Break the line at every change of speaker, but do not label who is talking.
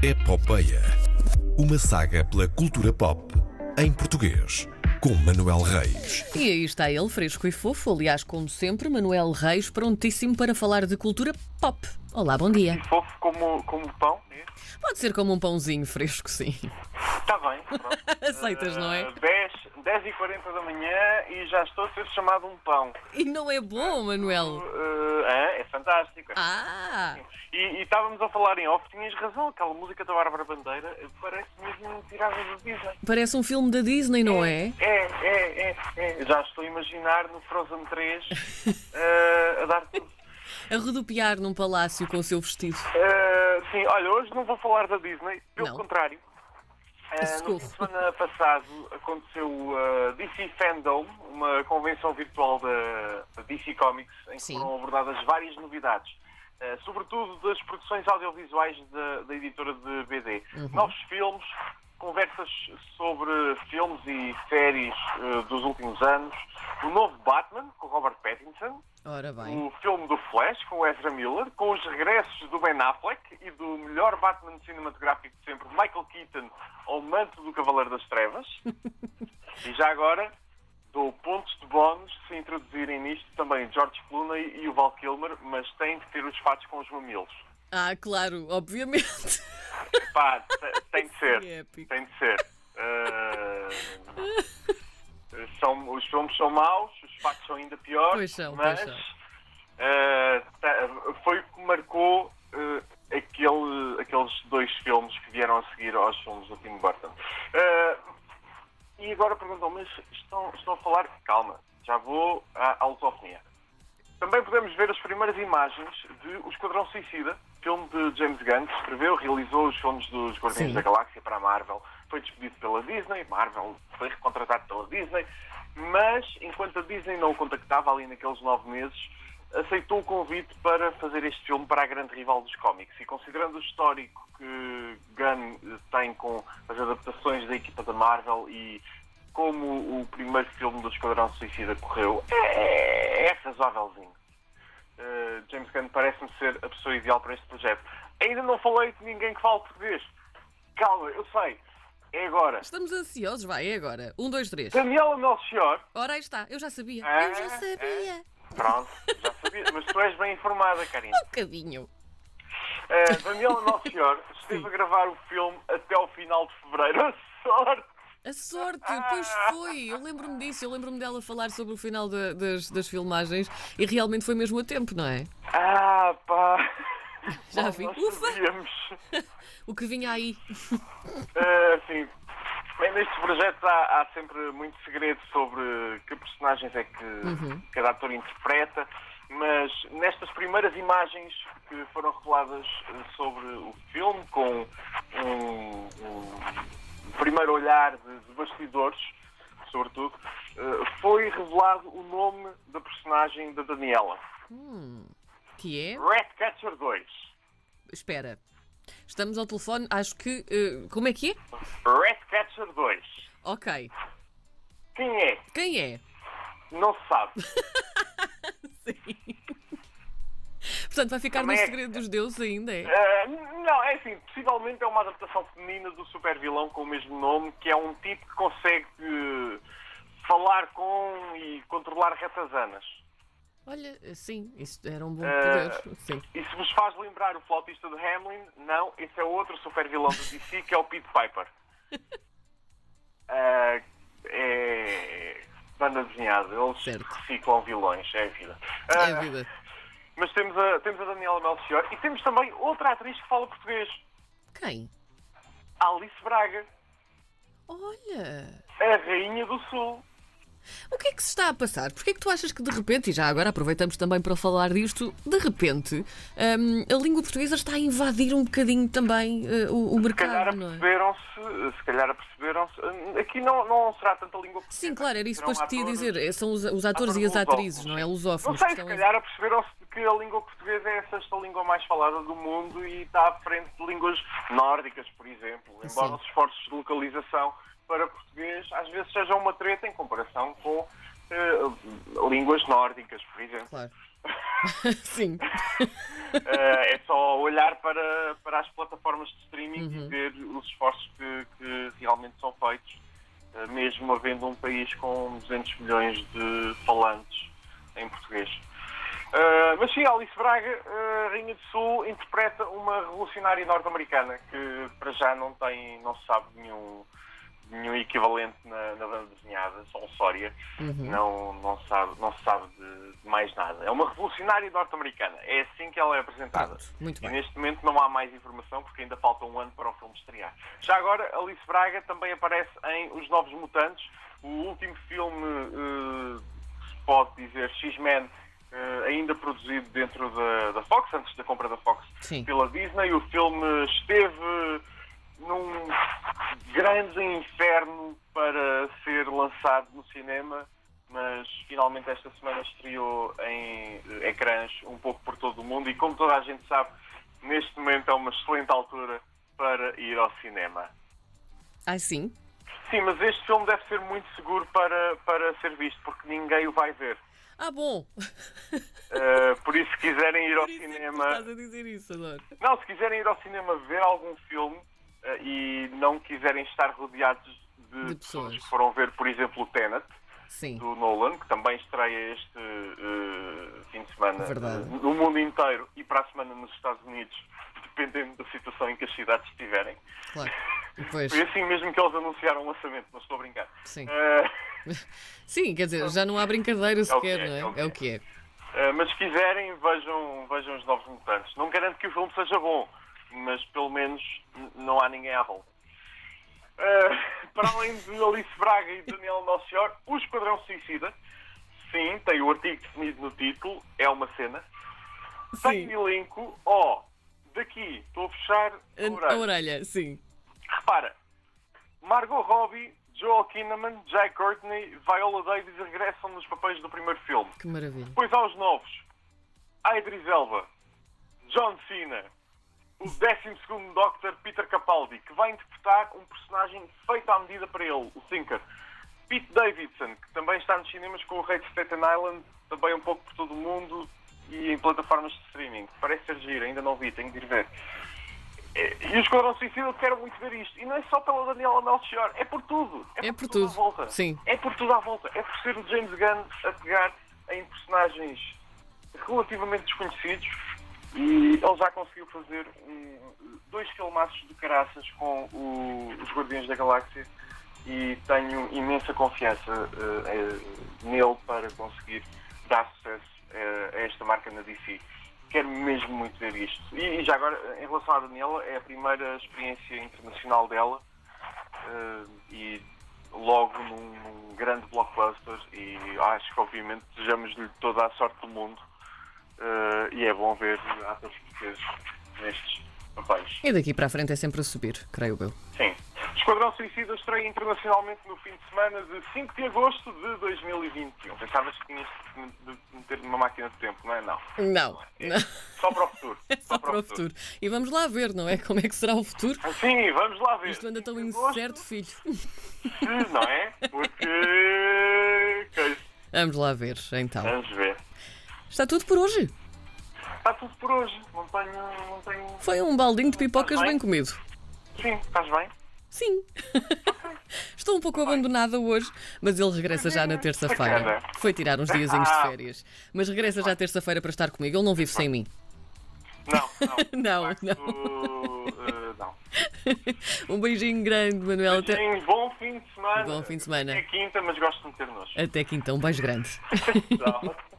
Epopeia. É Uma saga pela cultura pop em português, com Manuel Reis.
E aí está ele, fresco e fofo. Aliás, como sempre, Manuel Reis, prontíssimo para falar de cultura pop. Olá, bom dia.
Fofo como, como pão, né?
Pode ser como um pãozinho fresco, sim.
Está Tá bem. pronto.
Aceitas, não é?
Ah, 10, 10 e 40 da manhã e já estou a ser chamado um pão.
E não é bom, Manuel.
Ah, é, é fantástico. é
Ah!
E, e estávamos a falar em off, tinhas razão, aquela música da Bárbara Bandeira eh, parece mesmo tirada do Disney.
Parece um filme da Disney, não é?
É, é, é, é. Já estou a imaginar no Frozen 3 eh, a dar tudo.
A rodopiar num palácio com o seu vestido.
Eh, sim, olha, hoje não vou falar da Disney, pelo
Não.
contrário. Eh,
Socorro.
no fim de semana passado aconteceu a DC Fandom, uma convenção virtual da, da DC Comics, em que
Sim.
foram abordadas várias novidades, eh, sobretudo das produções audiovisuais da, da editora de BD.
Uhum.
Novos filmes, conversas sobre filmes e séries eh, dos últimos anos, o novo Batman, com Robert Pattinson,
Ora bem.
o Um filme do Flash com o Ezra Miller, com os regressos do Ben Affleck e do melhor Batman cinematográfico de sempre, Michael Keaton, ao manto do Cavaleiro das Trevas. e já agora dou pontos de bónus se introduzirem nisto também George Clooney e o Val Kilmer, mas têm de ter os fatos com os mamilos.
Ah, claro, obviamente.
Pá, te- tem de ser.
Isso é épico.
Tem de ser. Ah, são, os filmes são maus, os fatos são ainda piores,
Pois são, pois
mas
são.
ah, tá- foi o que marcou ah, aquele- aqueles dois filmes que vieram a seguir aos filmes do Tim Burton. Ah, e agora perguntam, mas estão, estão a falar? Calma, já vou à, à lusofonia. Também podemos ver as primeiras imagens de O Esquadrão Suicida, filme de James Gunn, que escreveu, realizou os filmes dos Guardiões
Sim.
da Galáxia para a Marvel. Foi despedido pela Disney, Marvel foi recontratado pela Disney, mas enquanto a Disney não o contactava ali naqueles nove meses, aceitou o convite para fazer este filme para a grande rival dos cómics. E considerando o histórico que Gunn eh, tem com as adaptações da equipa da Marvel e como o primeiro filme do Esquadrão Suicida correu, é, é razoávelzinho. Uh, James Gunn parece-me ser a pessoa ideal para este projeto. Ainda não falei de ninguém que fale português. Calma, eu sei. É agora.
Estamos ansiosos, vai, é agora. Um, dois, três.
Daniela Melchior.
Ora, aí está, eu já sabia.
Ah,
Eu já sabia.
Pronto, já sabia. Mas tu és bem informada, Karina.
Um bocadinho.
Uh, Daniela Melchior esteve a gravar o filme até ao final de fevereiro. A
A
sorte!
sorte, pois
Ah!
foi. Eu lembro-me disso, eu lembro-me dela falar sobre o final da- das, das filmagens e realmente foi mesmo a tempo, não é?
Ah, pá!
Já
Bom,
vi.
nós
Ufa.
sabíamos.
O que vinha aí.
Uh, sim. Bem, nestes projetos há, há sempre muito segredo sobre que personagens é que cada ator interpreta, mas nestas primeiras imagens que foram reveladas eh, sobre o filme, com um, um primeiro olhar de, de bastidores, sobretudo, eh, foi revelado o nome da personagem da Daniela,
Que é?
Ratcatcher 2.
Espera. Estamos ao telefone, acho que. eh, como é que é?
Ratcatcher 2.
Ok.
Quem é?
Quem é?
Não se sabe.
Portanto, vai ficar
Também
no
é-
segredo dos deuses ainda, é?
Ah, não, é assim, possivelmente é uma adaptação feminina do super vilão com o mesmo nome, que é um tipo que consegue eh, falar com e controlar ratazanas.
Olha, sim, isso era um bom
Ah.
poder. Sim.
E se vos faz lembrar o flautista do Hamlin, não, esse é outro super vilão do DC, que é o Pete Piper. Ah, é... Banda desenhada, eles
Certo.
reciclam vilões, é a vida.
É
Ah,
a vida.
Mas temos a, temos a Daniela Melchior e temos também outra atriz que fala português,
Quem?
Alice Braga,
Olha!
É a Rainha do Sul.
O que é que se está a passar? Porquê é que tu achas que de repente, e já agora aproveitamos também para falar disto, de repente hum, a língua portuguesa está a invadir um bocadinho também eh, o, o
Se
mercado,
calhar
não é?
aperceberam-se, se calhar aperceberam-se. Aqui não, não será tanta língua portuguesa.
Sim, claro, era isso
Serão
depois que te ia
atores-
dizer. eh, São os, os atores e as
lusófonos.
atrizes, não é?
Não
Lusófonos.
sei,
que
se
estão a-
calhar aperceberam-se de que a língua portuguesa é a sexta língua mais falada do mundo e está à frente de línguas nórdicas, por exemplo. Embora
Sim.
os esforços de localização para português às vezes sejam uma treta em comparação com eh, línguas nórdicas, por exemplo.
Claro. Sim.
Eh, é só olhar para, para as plataformas de streaming
Uhum.
e ver os esforços que, que realmente são feitos, eh, mesmo havendo um país com 200 milhões de falantes em português. Eh, mas sim, Alice Braga, eh, Rainha do Sul, interpreta uma revolucionária norte-americana que para já não tem, não se sabe nenhum, nenhum equivalente na, na banda desenhada, só um Sória. Não, não, sabe, não se sabe de, de mais nada. É uma revolucionária norte-americana. É assim que ela é apresentada.
Pronto, muito
e
bem.
neste momento não há mais informação porque ainda falta um ano para o filme estrear. Já agora, Alice Braga também aparece em Os Novos Mutantes, o último filme, eh, se pode dizer, X-Men, eh, ainda produzido dentro da, da Fox, antes da compra da Fox
Sim.
pela Disney. O filme esteve num grande inferno para ser lançado no cinema, mas finalmente esta semana estreou em eh, ecrãs um pouco por todo o mundo e como toda a gente sabe, neste momento é uma excelente altura para ir ao cinema.
Ai, sim.
Sim, mas este filme deve ser muito seguro para, para ser visto, porque ninguém o vai ver.
Ah, bom.
Eh, por isso, se quiserem ir ao
Por isso é que tu
cinema...
Estás a dizer isso agora.
Não, se quiserem ir ao cinema ver algum filme eh, e não quiserem estar rodeados de,
De pessoas.
pessoas. que foram ver, por exemplo, o Tenet,
Sim.
do Nolan, que também estreia este eh, fim de semana
Verdade.
eh, no mundo inteiro e para a semana nos Estados Unidos, dependendo da situação em que as cidades estiverem.
Claro. Pois.
Foi assim mesmo que eles anunciaram o lançamento, não estou a brincar.
Sim.
Eh,
Sim, quer dizer, já não há brincadeira
o que
sequer,
é,
não é? É o que é.
Uh, mas se quiserem, vejam, vejam os novos mutantes. Não garanto que o filme seja bom, mas pelo menos n- não há ninguém à volta. Uh, para além de Alice Braga e Daniel Melchior, o Esquadrão Suicida, sim, tem o artigo definido no título, é uma cena. Tem
Sim.
elenco, ó, daqui estou a fechar a
A, a
orelha.
orelha, sim.
Repara, Margot Robbie, Joel Kinnaman, Jack Courtney, Viola Davis regressam nos papéis do primeiro filme.
Que maravilha.
Depois aos novos, a Idris Elba, John Cena, o 12 Dr. Peter Capaldi, que vai interpretar um personagem feito à medida para ele, o Thinker. Pete Davidson, que também está nos cinemas com o Rei de Staten Island, também um pouco por todo o mundo e em plataformas de streaming. Parece ser giro, ainda não vi, tenho de ir ver. Eh, E o Esquadrão Suicida, eu quero muito ver isto. E não é só pela Daniela Melchior, é por tudo.
É por
à
tudo,
volta.
sim.
É por tudo à volta. É por ser o James Gunn a pegar em personagens relativamente desconhecidos e ele já conseguiu fazer um- dois filmaços de caraças com o- os Guardiões da Galáxia e tenho imensa confiança eh, eh, nele para conseguir dar sucesso eh, a esta marca na DC. Quero mesmo muito ver isto. E, e já agora, em relação à Daniela, é a primeira experiência internacional dela eh, e logo num, num grande blockbuster e acho que obviamente desejamos-lhe toda a sorte do mundo eh, e é bom ver atores portugueses nestes papéis.
E daqui para a frente é sempre a subir, creio eu.
Sim. Esquadrão Suicida estreia internacionalmente no fim de semana de 5 de agosto de 2021. Pensavas que tinhas de de meter numa máquina de tempo, não é? Não.
Não,
É
não.
Só para o futuro.
É só para o futuro. E vamos lá ver, não é? Como é que será o futuro?
Sim, vamos lá ver.
Isto anda tão
5 de agosto,
incerto, filho.
se- Não é? Porque. coisa.
Vamos lá ver, então.
Vamos ver.
Está tudo por hoje.
Está tudo por hoje. Não tenho. Não tenho...
Foi um baldinho de pipocas
Bem.
bem comido.
Sim, estás bem?
Sim. Estou um pouco abandonada hoje, mas ele regressa já na terça-feira.
Bacana.
Foi tirar uns diazinhos de
Ah.
férias. Mas regressa já terça-feira para estar comigo. Ele não vive sem mim.
Não, não.
Não,
De facto, eh, não.
Um beijinho grande, Manuel. Até,
Sim, bom fim de semana.
Bom fim de semana.
É quinta, mas gosto de meter nos.
até quinta. Um beijo então. grande.
Tchau.